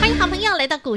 欢迎好朋友来到股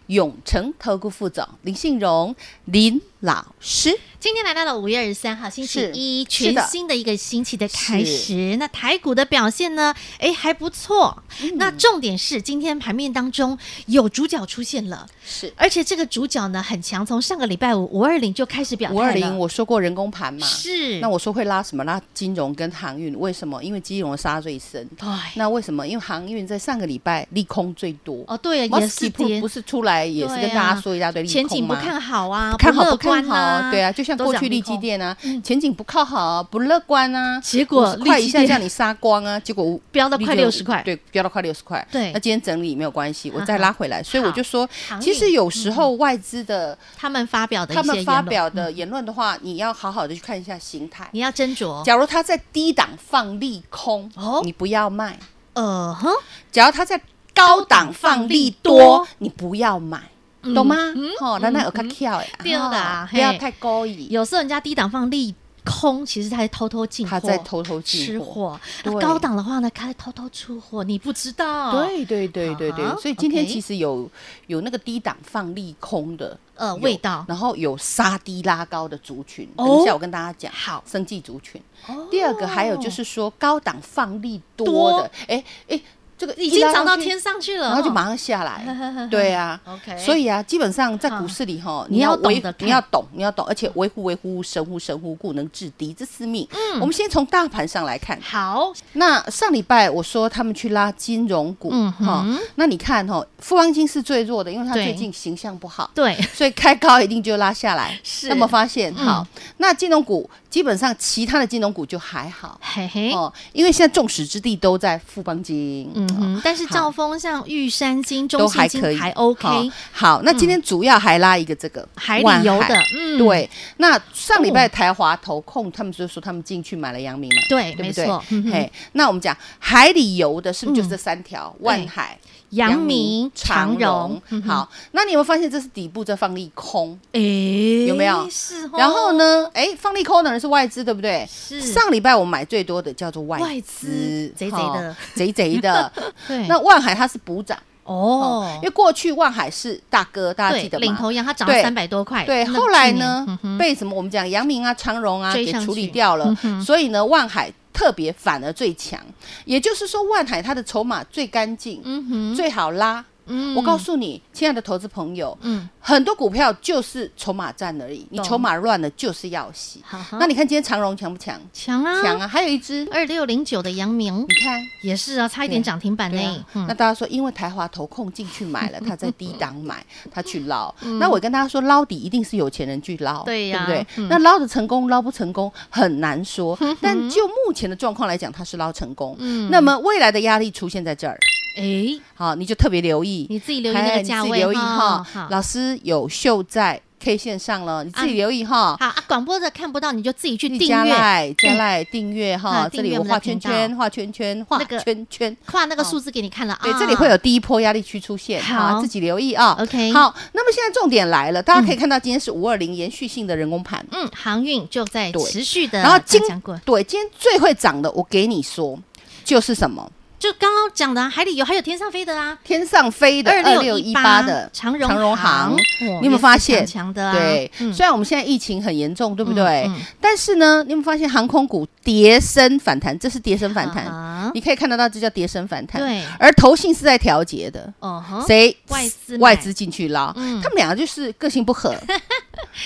永诚投顾副总林信荣林老师。今天来到了五月二十三号星期是一，是全的新的一个星期的开始是。嗯那台股的表现呢？哎，还不错。那重点是今天盘面当中有主角出现了，是而且这个主角呢很强，从上个礼拜五五二零就开始表态五了。二零，我说过人工盘嘛，是那我说会拉什么？拉金融跟航运，为什么？因为金融杀最深。哎那为什么？因为航运在上个礼拜利空最多。哦对，马也斯是克跌不，是出来也是对跟大啊家说一大堆利空前吗？景不看好啊，不看好乐不看观好，对啊，就像都过讲去利利基空嗯店啊，前景不靠好，不乐观啊，结果50块利基一下店叫你杀光啊，结果飙到利快就60块对，飙到快六十块，对那今天整理没有关系，我再哈拉回来，所以我好就说行，其业嗯实有时候外资的他们发表的一他些们发言论表嗯的言论的话，你要好好的去看一下形态。你要斟酌。假如他在低档放利空哦，你不要卖；呃哼，假如他在高档放利多，你不要买。嗯懂吗？哦，那那有较巧的，对哦啦不要嘿太高义。有时候人家低档放利空，其实他在偷偷进货，他在偷偷吃进货。货；对啊高档的话呢，他在偷偷出货，你不知道。，对对对对啊对哈，所以今天 OK 其实有有那个低档放利空的呃，有味道然后有杀低拉高的族群。哦等一下我跟大家讲，好哦生计族群。第二个还有就是说高档放利多多的，哎哎，这个已一经拉涨到上去天，上去了，然后就哦马上下 来。对啊 OK 所以啊，基本上在股市里哈，你要维懂得看你要懂，你要懂，而且维护维护神乎神乎，故能制敌之私命。嗯我们先从大盘上来看，好，那上礼拜我说他们去拉金融股，嗯哈、哼那你看哈、富邦金是最弱的，因为它对最近形象不好，对，所以开高一定就拉下来。嗯是那么发现？嗯好，那金融股基本上其他的金融股就还好嘿嘿，哦，因为现在众矢之的都在富邦金，嗯哦哼，但是好兆丰像玉山金、中都信还金可以，还 OK，嗯好好，那今天主要还拉一个这个海里万游的，嗯，哦对，那上礼拜台华投控，他们就说他们进去买了阳明嘛，对对没不对错嗯哼？嘿，那我们讲海里游的是不是就是这三条？万对海、阳明、长长荣，嗯哼，好，那你有没有发现这是底部在放利空？诶，有没有是哦，然后呢？哎，放利空的人是外资，对不对？是上礼拜我们买最多的叫做外外资贼贼的哦贼贼的。 对，那万海它是补涨哦哦，因为过去万海是大哥，大家对记得吗？领头羊它涨了对三百多块，对，哎那后来去年呢嗯，哼被什么我们讲阳明啊、长荣啊追给上去处理掉了嗯，哼所以呢，万海特别反而最强。也就是说，万海它的筹码最干净，嗯哼，最好拉。嗯我告诉你，亲爱的投资朋友，嗯，很多股票就是筹码战而已，你懂筹码乱了就是要洗。好好，那你看今天长荣强不强？强啊，强啊！还有一只，二六零九的阳明你看。也是啊，差一点对涨停板对啊呢。嗯那大家说，因为台华投控进去买了， 他在低档买，嗯他去捞。那我跟大家说，捞底一定是有钱人去捞，对呀嗯对不对？那捞的成功，捞不成功很 难说。但就目前的状况来讲，它是捞成功。嗯那么未来的压力出现在这儿，哎，好，你就特别留意，你自己留意那哎个你价自己位，留意哈哈好。老师有秀在 K 线上了，你自己啊留意哈。好啊，广播的看不到你就自己去订加阅，赖加 赖订阅啊哈，这订阅里我我们的画圈频道圈，画圈圈，画那个圈圈。跨那个数字给你看了啊。对，这里会有第一波压力区出现，好啊，自己留意啊。 OK 好，那么现在重点来了，大家可以看到今天是五二零延续性的人工盘，嗯，航运就在对持续的，然后今讲过，对今天最会涨的，我给你说就是什么就刚刚讲的啊海里游，还有天上飞的啊，天上飞的二六一八2618的长荣航航，哦你有没有发也现？是强强的啊对嗯，虽然我们现在疫情很严重，对不对嗯嗯？但是呢，你有没有发现航空股跌升反弹？这是跌升反弹，啊哈你可以看得到，这叫跌升反弹。对而投信是在调节的，哦哈，谁外资买外资进去捞，嗯他们两个就是个性不合，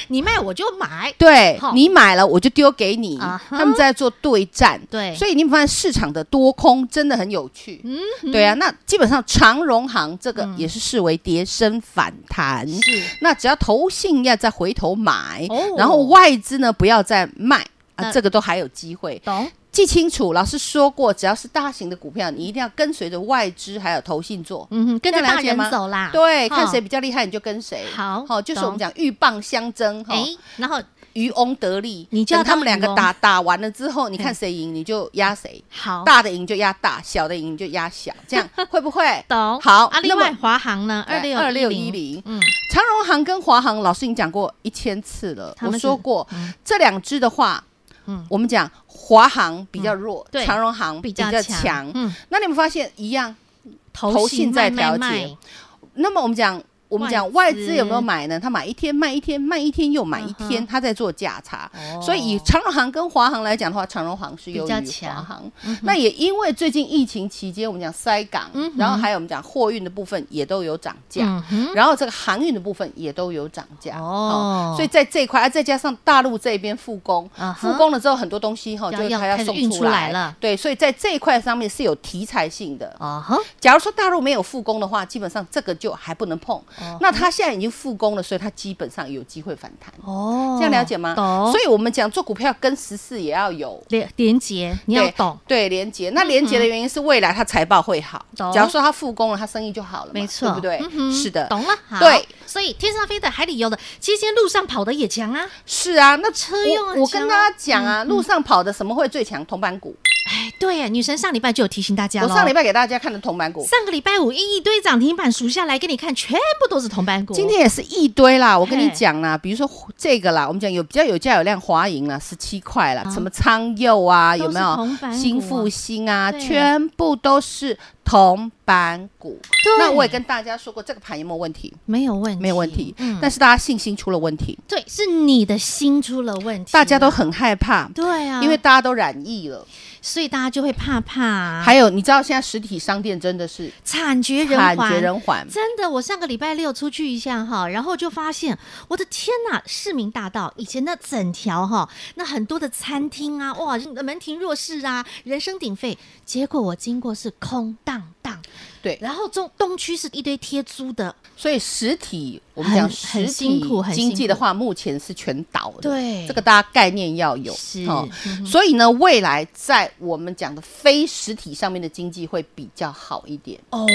你卖我就买，对好你买了，我就丢给你啊哈他们在做对战。对所以你有没有发现市场的多空真的很有趣。嗯，对啊，那基本上长荣行这个也是视为跌升反弹。是那只要投信要再回头买，哦然后外资呢不要再卖那啊，这个都还有机会。懂，记清楚，老师说过，只要是大型的股票，你一定要跟随着外资还有投信做。嗯哼，跟着这大样了解人吗走啦，对，哈看谁比较厉害，你就跟谁。好好，就是懂我们讲鹬蚌相争，哈哎，，然后渔翁得利。你就要等他们当两渔个翁打打完了之后，你嘿看谁赢，你就压谁。好，大的赢就压大，小的赢就压小，这样会不会？懂好啊，，那另么外华航呢，二对六2610嗯，长荣行跟华航，老师已经讲过一千次了，他们我是说过嗯这两只的话嗯，我们讲华航比较弱对，长荣行比比较较强。嗯，那你们发现一样？投投信信在卖卖调节卖那么我们讲。我们讲外外资资有没有买呢？他买一天卖一天，卖一天又买一嗯天，哼他在做价差。哦所以以长荣行跟华航来讲的话，长荣行是优比较于强华航。那也因为最近疫情期间，我们讲塞港，嗯哼然后还有我们讲货运的部分也都有涨价。嗯哼，然后这个航运的部分也都有涨价哦所以在这一块，啊、再加上大陆这边复工啊哈复工了之后很多东西哈、要就要它要开始送运出出来来了对，所以在这一块上面是有题材性的。哦哼，假如说大陆没有复工的话，基本上这个就还不能碰。哦那它现在已经复工了，所以它基本上有机会反弹，哦这样了解吗？懂，所以我们讲做股票跟时事也要有连连接你要对懂，嗯对连结，那连结的原因是未来它财报会好懂。假如说它复工了，它生意就好了嘛，没错，对不对嗯？哼是的，懂了，好对，所以天上飞的，海里游的，其实今天路上跑的也强啊，是啊，那车用很我我强跟啊大家讲啊，路上跑的什么会最强？铜板股。哎，对啊，女神上礼拜就有提醒大家我了，上礼拜给大家看的铜板股，上个礼拜五一一堆涨停板数下来给你看，全部都是铜板股，今天也是一堆啦。我跟你嘿讲啦，比如说这个啦，我们讲有比较有价有量，华盈啦，十七块啦啊，什么昌佑啊，都是有没铜板股啊有新复兴啊，对全部都是铜板股。对那我也跟大家说过，这个盘有没有问题？没有问题，没有问题嗯，，但是大家信心出了问题，对，是你的心出了问题，啊大家都很害怕。对啊，因为大家都染疫了，所以大家就会怕怕、啊，还有你知道现在实体商店真的是惨绝人惨寰，绝人寰，真的，我上个礼拜六出去一下哈，然后就发现，我的天呐，市民大道以前那整条哈，那很多的餐厅啊，哇，门庭若市啊，人声鼎沸。结果我经过是空荡荡，对，然后中东区是一堆贴租的，所以实体，我们很讲很实辛体苦很辛经济的苦话，目前是全倒的。对这个大家概念要有。哦是嗯所以呢，未来在我们讲的非实体上面的经济会比较好一点。哦，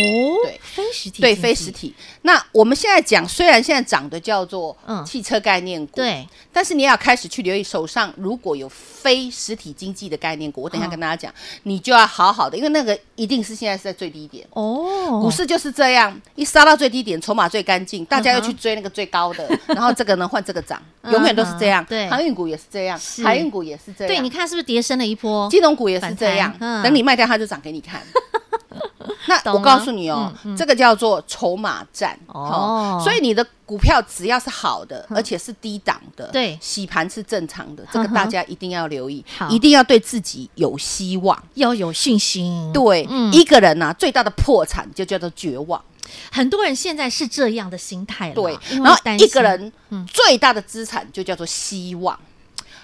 对非实体，对，非实，体。那我们现在讲，虽然现在涨的叫做嗯汽车概念股，，对，但是你也要开始去留意手上如果有非实体经济的概念股，我等一下嗯跟大家讲，你就要好好的，因为那个一定是现在是在最低点。哦，股市就是这样，一杀到最低点，筹码最干净，大家又去追那个最高的，然后这个呢换这个涨，嗯永远都是这样嗯。对航运股也是这样是，海运股也是这样，对，你看是不是跌升了一波？金融股也是这样哦反。弹嗯等你卖掉，它就涨给 你看。那懂我吗告诉你哦嗯嗯，这个叫做筹码战哦嗯哦。所以你的股票只要是好的，而且是低档的，对洗盘是正常的，这个嗯哼大家一定要留意好，一定要对自己有希望。要有信心，嗯对，一个人呐，最大的破产就叫做绝望。很多人现在是这样的心态了，对，因为然后担一心嗯个，人最大的资产就叫做希望。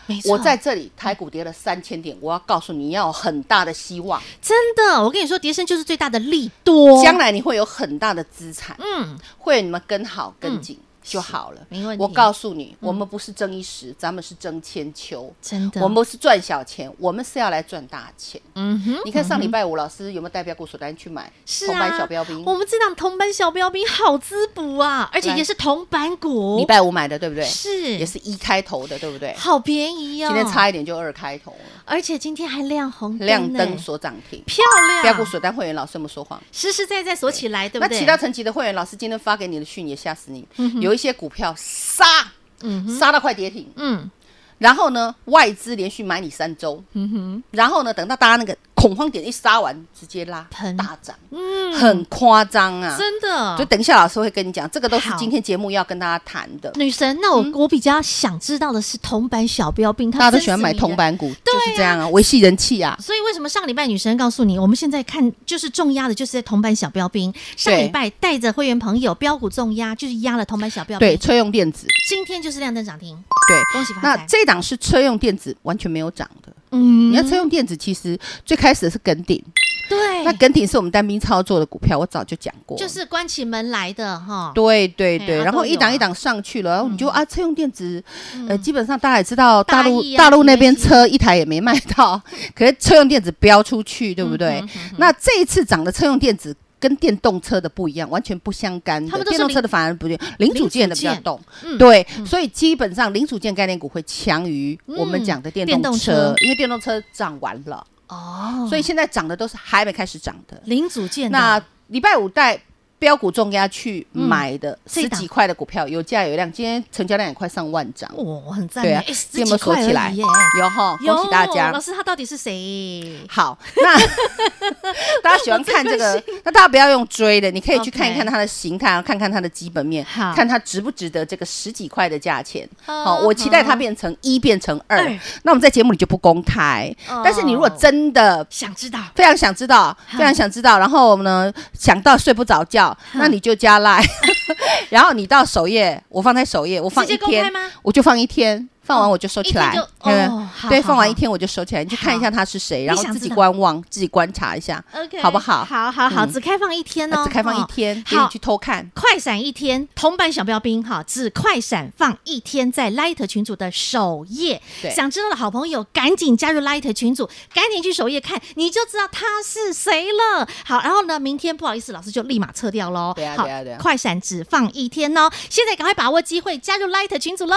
没错我在这里台股跌了三千点，我要告诉你要有很大的希望，真的，我跟你说，跌升就是最大的利多，将来你会有很大的资产，嗯，会有你们跟好跟紧就好了。没问题嗯我告诉你，我们不是争一时，咱们是争千秋。真的，我们不是赚小钱，我们是要来赚大钱。嗯哼，你看上礼拜五老师有没有代表股所单去买是红啊，白小标兵？我们这档铜板小标兵好滋补啊，而且来也是铜板股，礼拜五买的对不对？是也是一开头的对不对？好便宜哦，今天，差一点就二开头了，而且今天还亮红呢亮灯所涨停。漂亮，标股锁单会员老师有没有说谎？实实在在锁起来，啊对不嗯那对？其他层级的会员老师今天发给你的讯也吓死你，有一些股票杀，杀到快跌停，嗯，然后呢，外资连续买你三周，然后呢，等到大家那个恐慌点一杀完，直接拉喷大涨，嗯，很夸张啊！真的就。等一下老师会跟你讲，这个都是好今天节目要跟大家谈的。女神，那我、我比较想知道的是铜板小标兵，它嗯大家都真喜欢实买名铜人。板股，对就是这样啊，维系人气啊。所以为什么上个礼拜女神告诉你，我们现在看就是重压的，就是在铜板小标兵。上礼拜带着会员朋友标股重压，就是压了铜板小标兵。对，，车用电子，今天就是亮灯涨停，对。恭喜发那财。这档是车用电子，完全没有涨的。嗯你看车用电子，其实最开始是耿鼎，对，那耿鼎是我们单兵操作的股票，我早就讲过。就是关起门来的哈。对对哎对，啊然后都一档有一啊档上去了，然后你就啊，车用电子，呃，嗯基本上大家也知道，大大陆意啊大陆那没边关系车一台也没卖到， 可是车用电子飙出去，对不对嗯哼嗯？那这一次涨的车用电子。跟电动车的不一样，完全不相干的。他们都是电动零车的反而不对，零零组件组的比较件动。嗯对，所以基本上零组件概念股会强于我们嗯讲的电电动动车车，因为电动车涨完了，哦，所以现在涨的都是还没开始涨的。零组件的那礼拜五带标股重压去买的嗯这十档几块的股票，有价有量，今天成交量也快上万张，哦，很赞对耶，啊哎，，十今天有没有几锁块起来？而已耶。有哈，恭喜大有家老。师他到底是谁？好， 那大家喜欢看这个，那大家不要用追的，你可以去看一看 OK 它的形态，看看它的基本面，好看它值不值得这个十几块的价钱。哦好，我期待它变成一变成二二，那我们在节目里就不公开。哦但是你如果真的想知道非常想知道，非常想知道，然后呢，想到睡不着觉，那你就加 line，然 后你到首页，我放在首页，我放直一接公开天吗，我就放一天，放完我就收起来一天就，嗯哦好对，好放完好一天我就收起来，你就看一下他是谁，你然后想自知己道观望，自己观察一下， ？OK，好不好好好好，嗯只开放一天那哦，只开放一哦天，给你好去。偷看。快闪一天，铜板小标兵哈，只快闪放一天，在 Light 群组的首页对。想知道的好朋友，赶紧加入 Light 群组，赶紧去首页看，你就知道他是谁了。好，然后呢，明天不好意思，老师就立马撤掉喽。对啊好对啊对啊快闪只放一天哦，现在赶快把握机会，加入 Light 群组喽。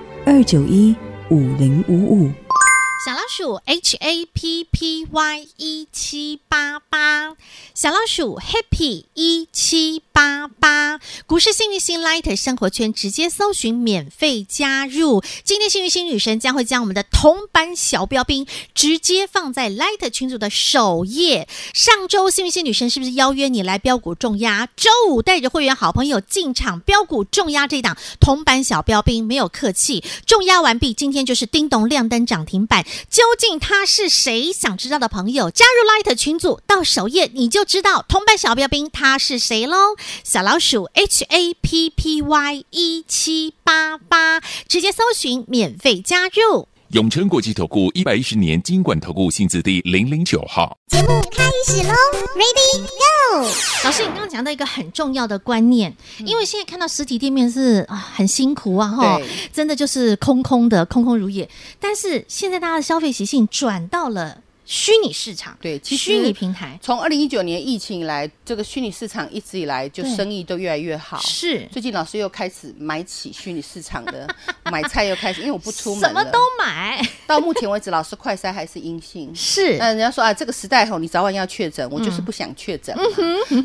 二九一五零五五。小老鼠 H A P P Y 一七八八，小老鼠 Happy 一七八八，股市幸运星 Light 生活圈直接搜寻免费加入。今天幸运星女神将会将我们的铜板小标兵直接放在 Light 群组的首页。上周幸运星女神是不是邀约你来标股重压？周五带着会员好朋友进场标股重压这档铜板小标兵，没有客气，重压完毕，今天就是叮咚亮灯涨停板。究竟他是谁？想知道的朋友，加入 Light 群组到首页，你就知道铜板小标兵他是谁喽。小老鼠 H A P P Y 一七八八，直接搜寻免费加入。永诚国际投顾一百一十年金管投顾新字第零零九号。老师，你刚刚讲到一个很重要的观念，因为现在看到实体店面是啊很辛苦啊哈嗯对，真的就是空空的，空空如也。但是现在大家的消费习性转到了虚拟市场，对其实虚拟平台从二零一九年疫情以来，这个虚拟市场一直以来就对生意都越来越好。是最近老师又开始买起虚拟市场 的买菜，又开始，因为我不出门什么了都买，到目前为止，老师快筛还是阴性。是嗯那人家说啊，这个时代吼，你早晚要确诊，我就是不想确诊嘛。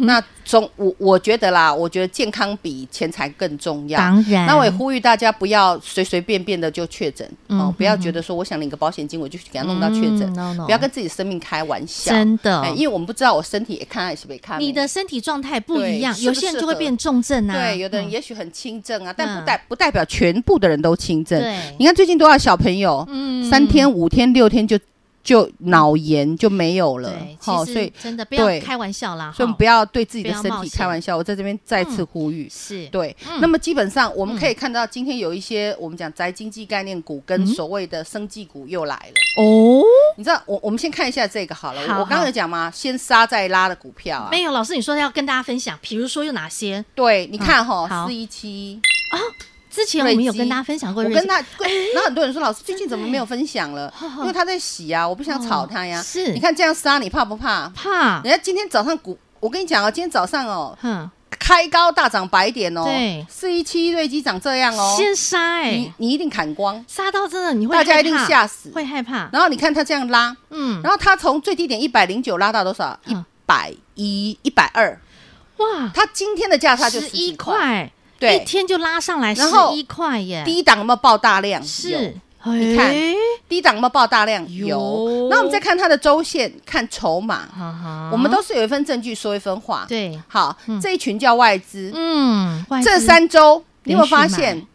那总我我觉得啦，我觉得健康比钱财更重要。当然那我也呼吁大家不要随随便便的就确诊、哦嗯，不要觉得说我想领个保险金我就去给他弄到确诊，嗯，no, no 不要跟自己生命开玩笑。真的哎因为我们不知道我身体也看还是没看。你的身体状态不对一样，适不有些人就会适合变重症啊，对，有的人嗯也许很轻症啊，但嗯不代不代表全部的人都轻症。对嗯你看最近多少小朋友，三天、五天、六天就就脑炎就没有了嗯对，，齁其所以实真的不对要开玩笑啦，所以我们哈不要对自己的不要身冒体险嗯开玩笑。我在这边再次呼吁。是对，那么基本上我们可以看到，今天有一些我们讲宅经济概念股嗯跟所谓的生技股又来了。哦，你知道，我我们先看一下这个好了。好我我刚刚好有讲嘛，先杀再拉的股票啊没。有老师，你说要跟大家分享，比如说有哪些对，你看哈嗯，好四一七之前我瑞们有跟基大家分享过哎我瑞基，跟他，那很多人说老师最近怎么没有分享了？因为他在洗啊，我不想吵他呀。哦是你看这样杀你怕不怕？怕，人家今天早上股，我跟你讲哦，今天早上哦，哼，开高大涨白点哦，对四一七瑞基涨这样哦，先杀你哎，你一定砍光，杀到真的你会大家害一定怕吓死会害怕，然后你看它这样拉，嗯，然后它从最低点一百零九拉到多少？一嗯百一、一百二，哇，它今天的价差就十11一，块，对一天就拉上来十然后一块耶，低档有没有爆大量？有是，你看哎低档有没有爆大量？有有。那我们再看它的周线，看筹码，哈啊哈我们都是有一份证据说一分话。，对，好，这一群叫外资，嗯，外这资三周你有没连有续发买现？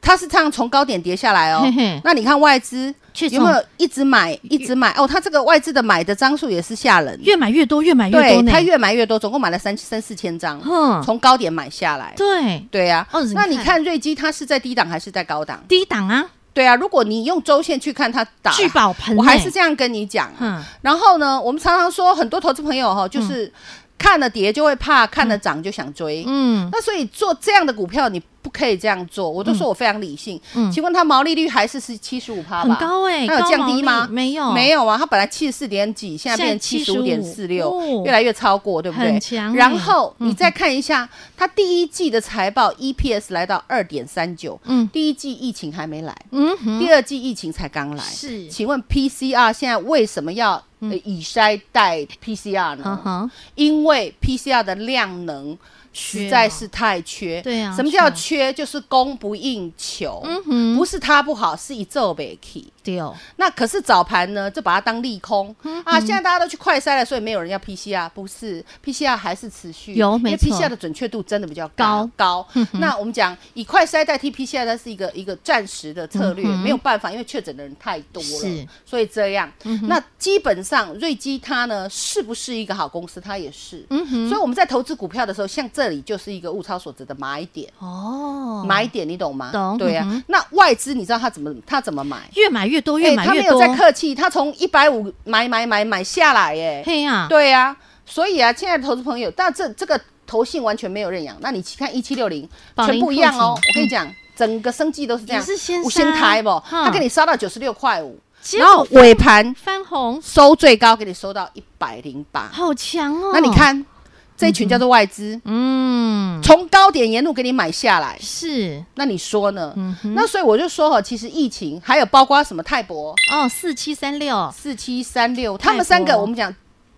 它是这样从高点跌下来哦嘿嘿，那你看外资去有没有一直买一直买？哦，它这个外资的买的张数也是吓人，越买越多，越买越对多，呢，它越买越多，总共买了三三四千张，哼从高点买下来。对对呀、哦那你你看看瑞基，它是在低档还是在高档？低档啊，对啊，如果你用周线去看它打，聚宝盆我还呢是这样跟你讲啊、哼，然后呢，我们常常说，很多投资朋友哈、就是看了跌就会怕，看了涨就想追。嗯，那所以做这样的股票，你不可以这样做。我都说我非常理性。嗯请问它毛利率还是是七十五趴吧？很高哎，它有高降毛低利吗？没有，没有啊，它本来七十四点几，现在现在变七十五点四75六哦，越来越超过，对不对很强？欸然后你嗯再看一下它第一季的财报，EPS 来到二点三九，嗯第一季疫情还没来，嗯哼，第二季疫情才刚来，是嗯请问 PCR 现在为什么要呃以筛代 PCR 哈呢？哈，因为 PCR 的量能实在是太缺。对啊什么叫是啊缺？就是供不应求。嗯哼，不是它不好，是一皱北 k 丢，那可是早盘呢，就把它当利空、嗯啊！现在大家都去快筛了，所以没有人要 PCR，不是 PCR 还是持续有因为没错 PCR 的准确度真的比较高高嗯高。那我们讲以快筛代替 PCR，它是一个一个暂时的策略，没有办法，因为确诊的人太多了嗯是，嗯所以这样。那基本上瑞基它呢是不是一个好公司？它也是。嗯所以我们在投资股票的时候，像这里就是一个物超所值的买点，哦，买点你懂吗？懂对呀、嗯哼那外资你知道它怎么它怎么买？越买越多，哎，越买他越没有多在，客气，他从一百五买买买买下来耶。嘿呀，对呀、所以啊，亲爱的投资朋友，但这这个投信完全没有认养，那你去看一七六零，宝全林不一样哦。凤景我跟你讲，整个生计都是这样，也是先五仙台不，杀他给你杀到九十六块五，结然果后尾盘翻红，收最高给你收到一百零八，好强哦，那你，看这一群叫做外资，嗯，从高点沿路给你买下来，是，那你说呢？嗯那所以我就说哈，哦其实疫情还有包括什么泰博，哦，四七三六四七三六，他们三个我们讲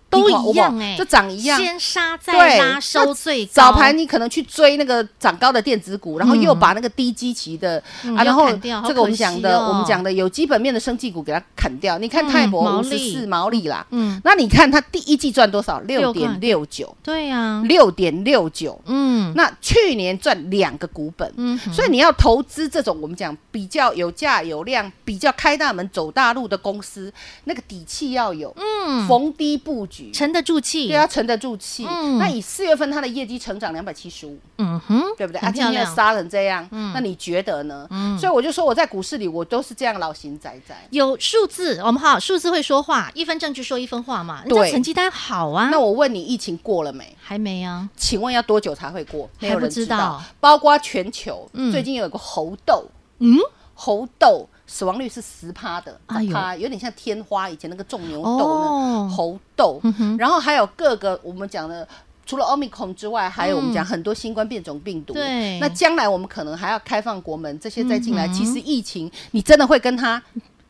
都你看一好样不好哎，就涨一样。先杀再对拉，收那最高，嗯早盘你可能去追那个涨高的电子股，然后又把那个低基期的、啊，要然后砍掉好这个我们可惜讲的、哦我们讲的有基本面的生技股给它砍掉。你看泰博嗯五毛十利四毛利啦，嗯，那你看它第一季赚多少？六六块点六九，对呀，六点六九。嗯，那去年赚两个股本，嗯所以你要投资这种我们讲比较有价有量、比较开大门走大路的公司，那个底气要有，嗯，逢低布局，沉得住气，对，要啊沉得住气。嗯那以四月份它的业绩成长两百七十五，嗯哼，对不对？很啊，今漂天亮嗯杀成这样，那你觉得呢？所以我就说我在股市里我都是这样老型仔仔。有数字，我们好，数字会说话，一分证据说一分话嘛。人对家成绩单好啊，那我问你，疫情过了没？还没啊，请问要多久才会过？没有还人不知知道道。包括全球，嗯最近有一个猴痘，嗯，猴痘死亡率是十趴的，哎呦趴有点像天花，以前那个种牛痘呢，哦猴痘。然后还有各个我们讲的。除了 Omicron 之外，还有我们讲很多新冠变种病毒。嗯对嗯那将来我们可能还要开放国门，这些再进来，其实疫情你真的会跟它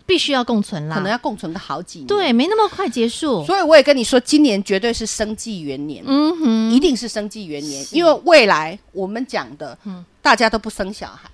必须要共存啦。可能要共存个好几年。对，，没那么快结束。所以我也跟你说，今年绝对是生计元年。嗯哼，一定是生计元年，因为未来我们讲的，嗯大家都不生小 孩，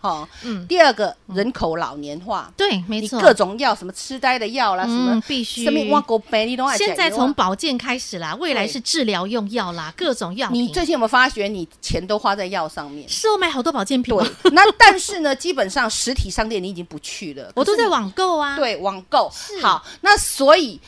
好、第二个人口老年化，对，嗯没你错，各种药，什么痴呆的药啦，什么嗯必须生命挖沟杯，你都爱现在吃从保健开始啦，未来对是治疗用药啦，各种药品。你最近有没有发觉，你钱都花在药上 面？是我买好多保健品吗，对，那但是呢，基本上实体商店你已经不去了， 我都可是在你网购啊。，对网购。好，那所以。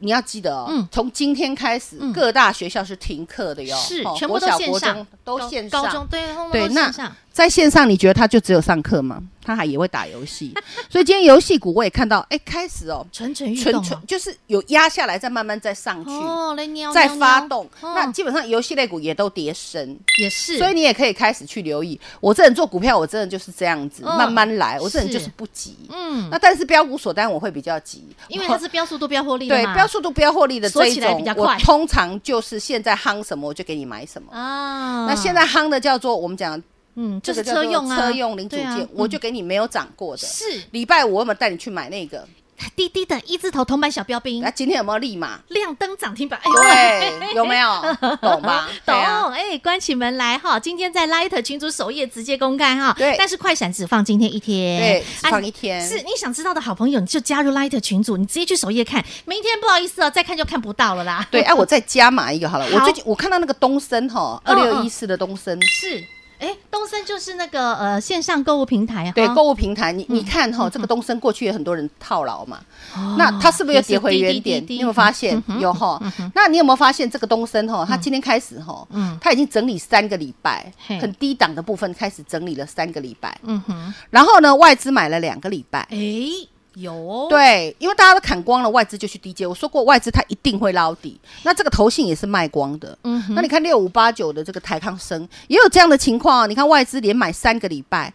你要记得哦，嗯从今天开始，各大学校是停课的哟，是哦全部国都小线国上中都线上，高中对，通通对，都线那上。在线上，你觉得他就只有上课吗？他还也会打 游戏。所以今天游戏股我也看到，哎，开始哦，蠢蠢欲蠢动蠢啊。就是有压下来，再慢慢再上去，哦，来喵再喵发喵动。哦那基本上游戏类股也都跌深。也是，所以你也可以开始去留意。我这人做股票，我真的就是这样子，嗯慢慢来。我这人是就是不急。嗯，那但是标股所单我会比较急，因 为它是标速度、标获利的哦对嘛标速度、标获利的锁这一起来种比较，我快通常就是现在夯什么我就给你买什么。啊。那现在夯的叫做我们讲嗯，这就个是叫做车用啊，车用零组对啊件，我就给你没有涨过嗯的。是礼拜五我有没有带你去买那嗯个？滴滴的一字头铜板小标兵那，今天有没有立马？亮灯涨停板，哎呦对，有没 有？懂吧？懂对啊哎，关起门来哈！今天在 Light 群组首页直接公开哈，对但是快闪只放今天一天，对啊只放一天是你想知道的好朋友，你就加入 Light 群组，你直接去首页看。明天不好意思哦，再看就看不到了啦。对，哎，我再加码一个好了。我好最近我看到那个东升哈，二嗯六嗯一四的东升，是，哎，东森就是那个呃线上购物平台哈，对购物物平台，你嗯你看哈，这个东升过去也很多人套牢嘛，哦那它是不是又跌回原点？你有没有发嗯现？有哈。那你有没有发现这个东升哈，它今天开始哈嗯，它已经整理三个礼拜嘿，很低档的部分开始整理了三个礼拜，嗯哼，然后呢，外资买了两个礼拜。哎，有哦，对，因为大家都砍光了，外资就去低阶。我说过，外资它一定会捞底。那这个投信也是卖光的。嗯那你看六五八九的这个台康生也有这样的情况啊。你看外资连买三个礼拜，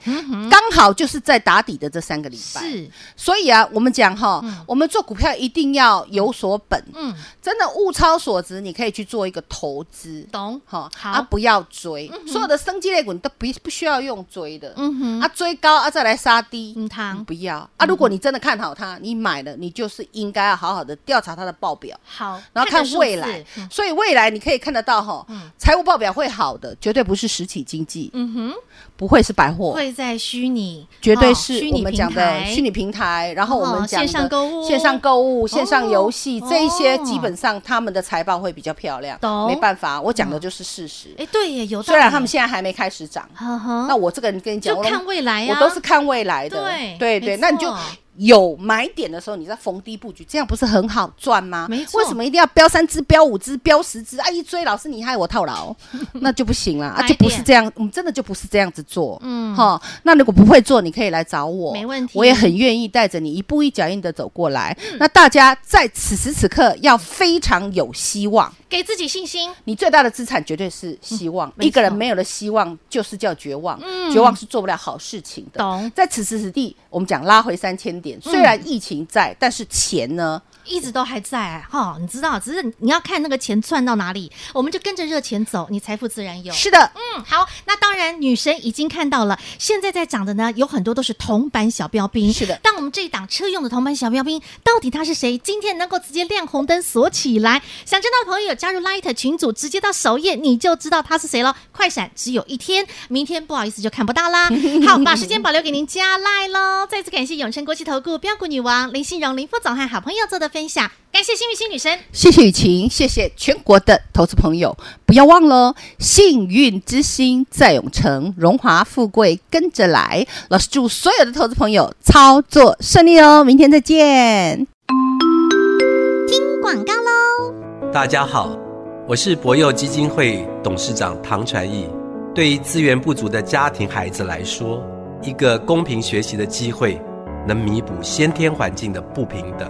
刚好就是在打底的这三个礼拜。嗯是，所以啊，我们讲哈，我们做股票一定要有所本，嗯，真的物超所值，你可以去做一个投资。懂，哈好啊，不要追，所有的生机类股你都不不需要用追的，嗯哼，啊，追高啊再来杀低，嗯汤不要啊！如果你真的看好它，你买了，你就是应该要好好的调查它的报表，好，然后看个数未字来嗯。所以未来你可以看得到哈嗯，财务报表会好的，绝对不是实体经济，嗯哼，不会是百货，会在虚拟，哦绝对哦是虚我拟们平讲的台虚拟平台，然后我哦们讲的线上购物线上购物、线上游戏哦这一些，哦基本上他们的财报会比较漂亮。懂没办法，我讲的就是事实。哎，对耶，有道虽然理他们现在还没开始涨，呵呵，那我这个人跟你讲，就我都看未来啊我哎呀、都是看未来的，对对没对，错那你就有买点的时候，你在逢低布局，这样不是很好赚吗？没错为什么一定要标三只、标五只、标十只？啊，一追老师你害我 套牢，那就不行了啊，买就点不是这样，我们真的就不是这样子做，嗯嗯，哈。那如果不会做，你可以来找我，没问题嗯我也很愿意带着你一步一脚印的走过来。那大家在此时此刻要非常有希望，给自己信心，你最大的资产绝对是希望。嗯没错嗯一个人没有了希望，就是叫绝望。绝望是做不了好事情的。懂在此时此地，我们讲拉回三千点，虽然嗯疫情在，但是钱呢？一直都还在哈、你知道，只是你要看那个钱赚到哪里，我们就跟着热钱走，你财富自然有。是的，嗯，好，那当然，女神已经看到了，现在在涨的呢，有很多都是铜板小标兵。是的但我们这一档车用的铜板小标兵，到底它是谁？今天能够直接亮红灯锁起来，想知道的朋友加入 Light 群组，直接到首页你就知道它是谁了。快闪只有一天，明天不好意思就看不到 啦。好，把时间保留给您加 Light 喽。再次感谢永诚国际投顾标股女王林信荣林副总和好朋友做的分享，感谢幸运星女神。谢谢雨晴，谢谢全国的投资朋友，不要忘了哦，幸运之星在永城，荣华富贵跟着来。老师祝所有的投资朋友操作顺利哦，明天再见。广告。大家好，我是博幼基金会董事长唐传义。对于资源不足的家庭孩子来说，一个公平学习的机会，能弥补先天环境的不平等。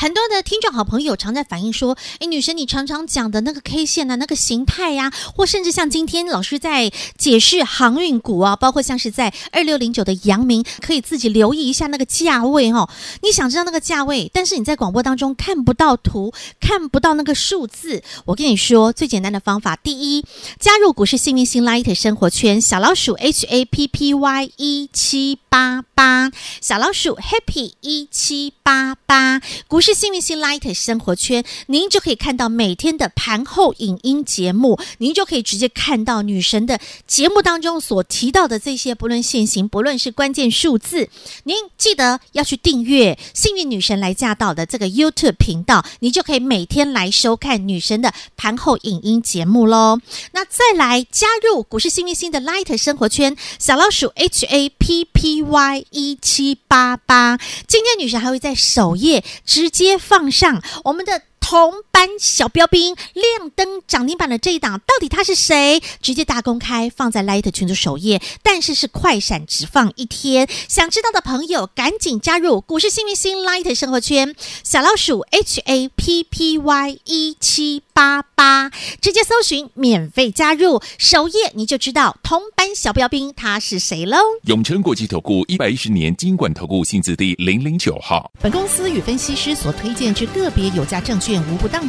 很多的听众好朋友常在反映说，哎，女神，你常常讲的那个 K 线啊，那个形态呀、或甚至像今天老师在解释航运股啊，包括像是在二六零九的阳明，可以自己留意一下那个价位哦。你想知道那个价位，但是你在广播当中看不到图，看不到那个数字。我跟你说，最简单的方法，第一，加入股市幸运星 Light 生活圈，小老鼠 H A P P Y 一七八八，小老鼠 Happy 一七八八，股市幸运星 Light 生活圈，您就可以看到每天的盘后影音节目，您就可以直接看到女神的节目当中所提到的这些，不论现行，不论是关键数字，您记得要去订阅“幸运女神来驾到”的这个 YouTube 频道，你就可以每天来收看女神的盘后影音节目喽。那再来加入股市幸运星的 Light 生活圈，小老鼠 H A P P Y 一七八八。今天女神还会在首页直接放上我们的。同班小标兵亮灯涨停板的这一档，到底他是谁？直接大公开放在 Light 群组首页，但是是快闪只放一天。想知道的朋友赶紧加入股市幸运星 Light 生活圈，小老鼠 H A P P Y 一七八八，直接搜寻免费加入首页，你就知道同班小标兵他是谁喽。永诚国际投顾一百一十年金管投顾性质第零零九号。本公司与分析师所推荐之个别有价证券无不当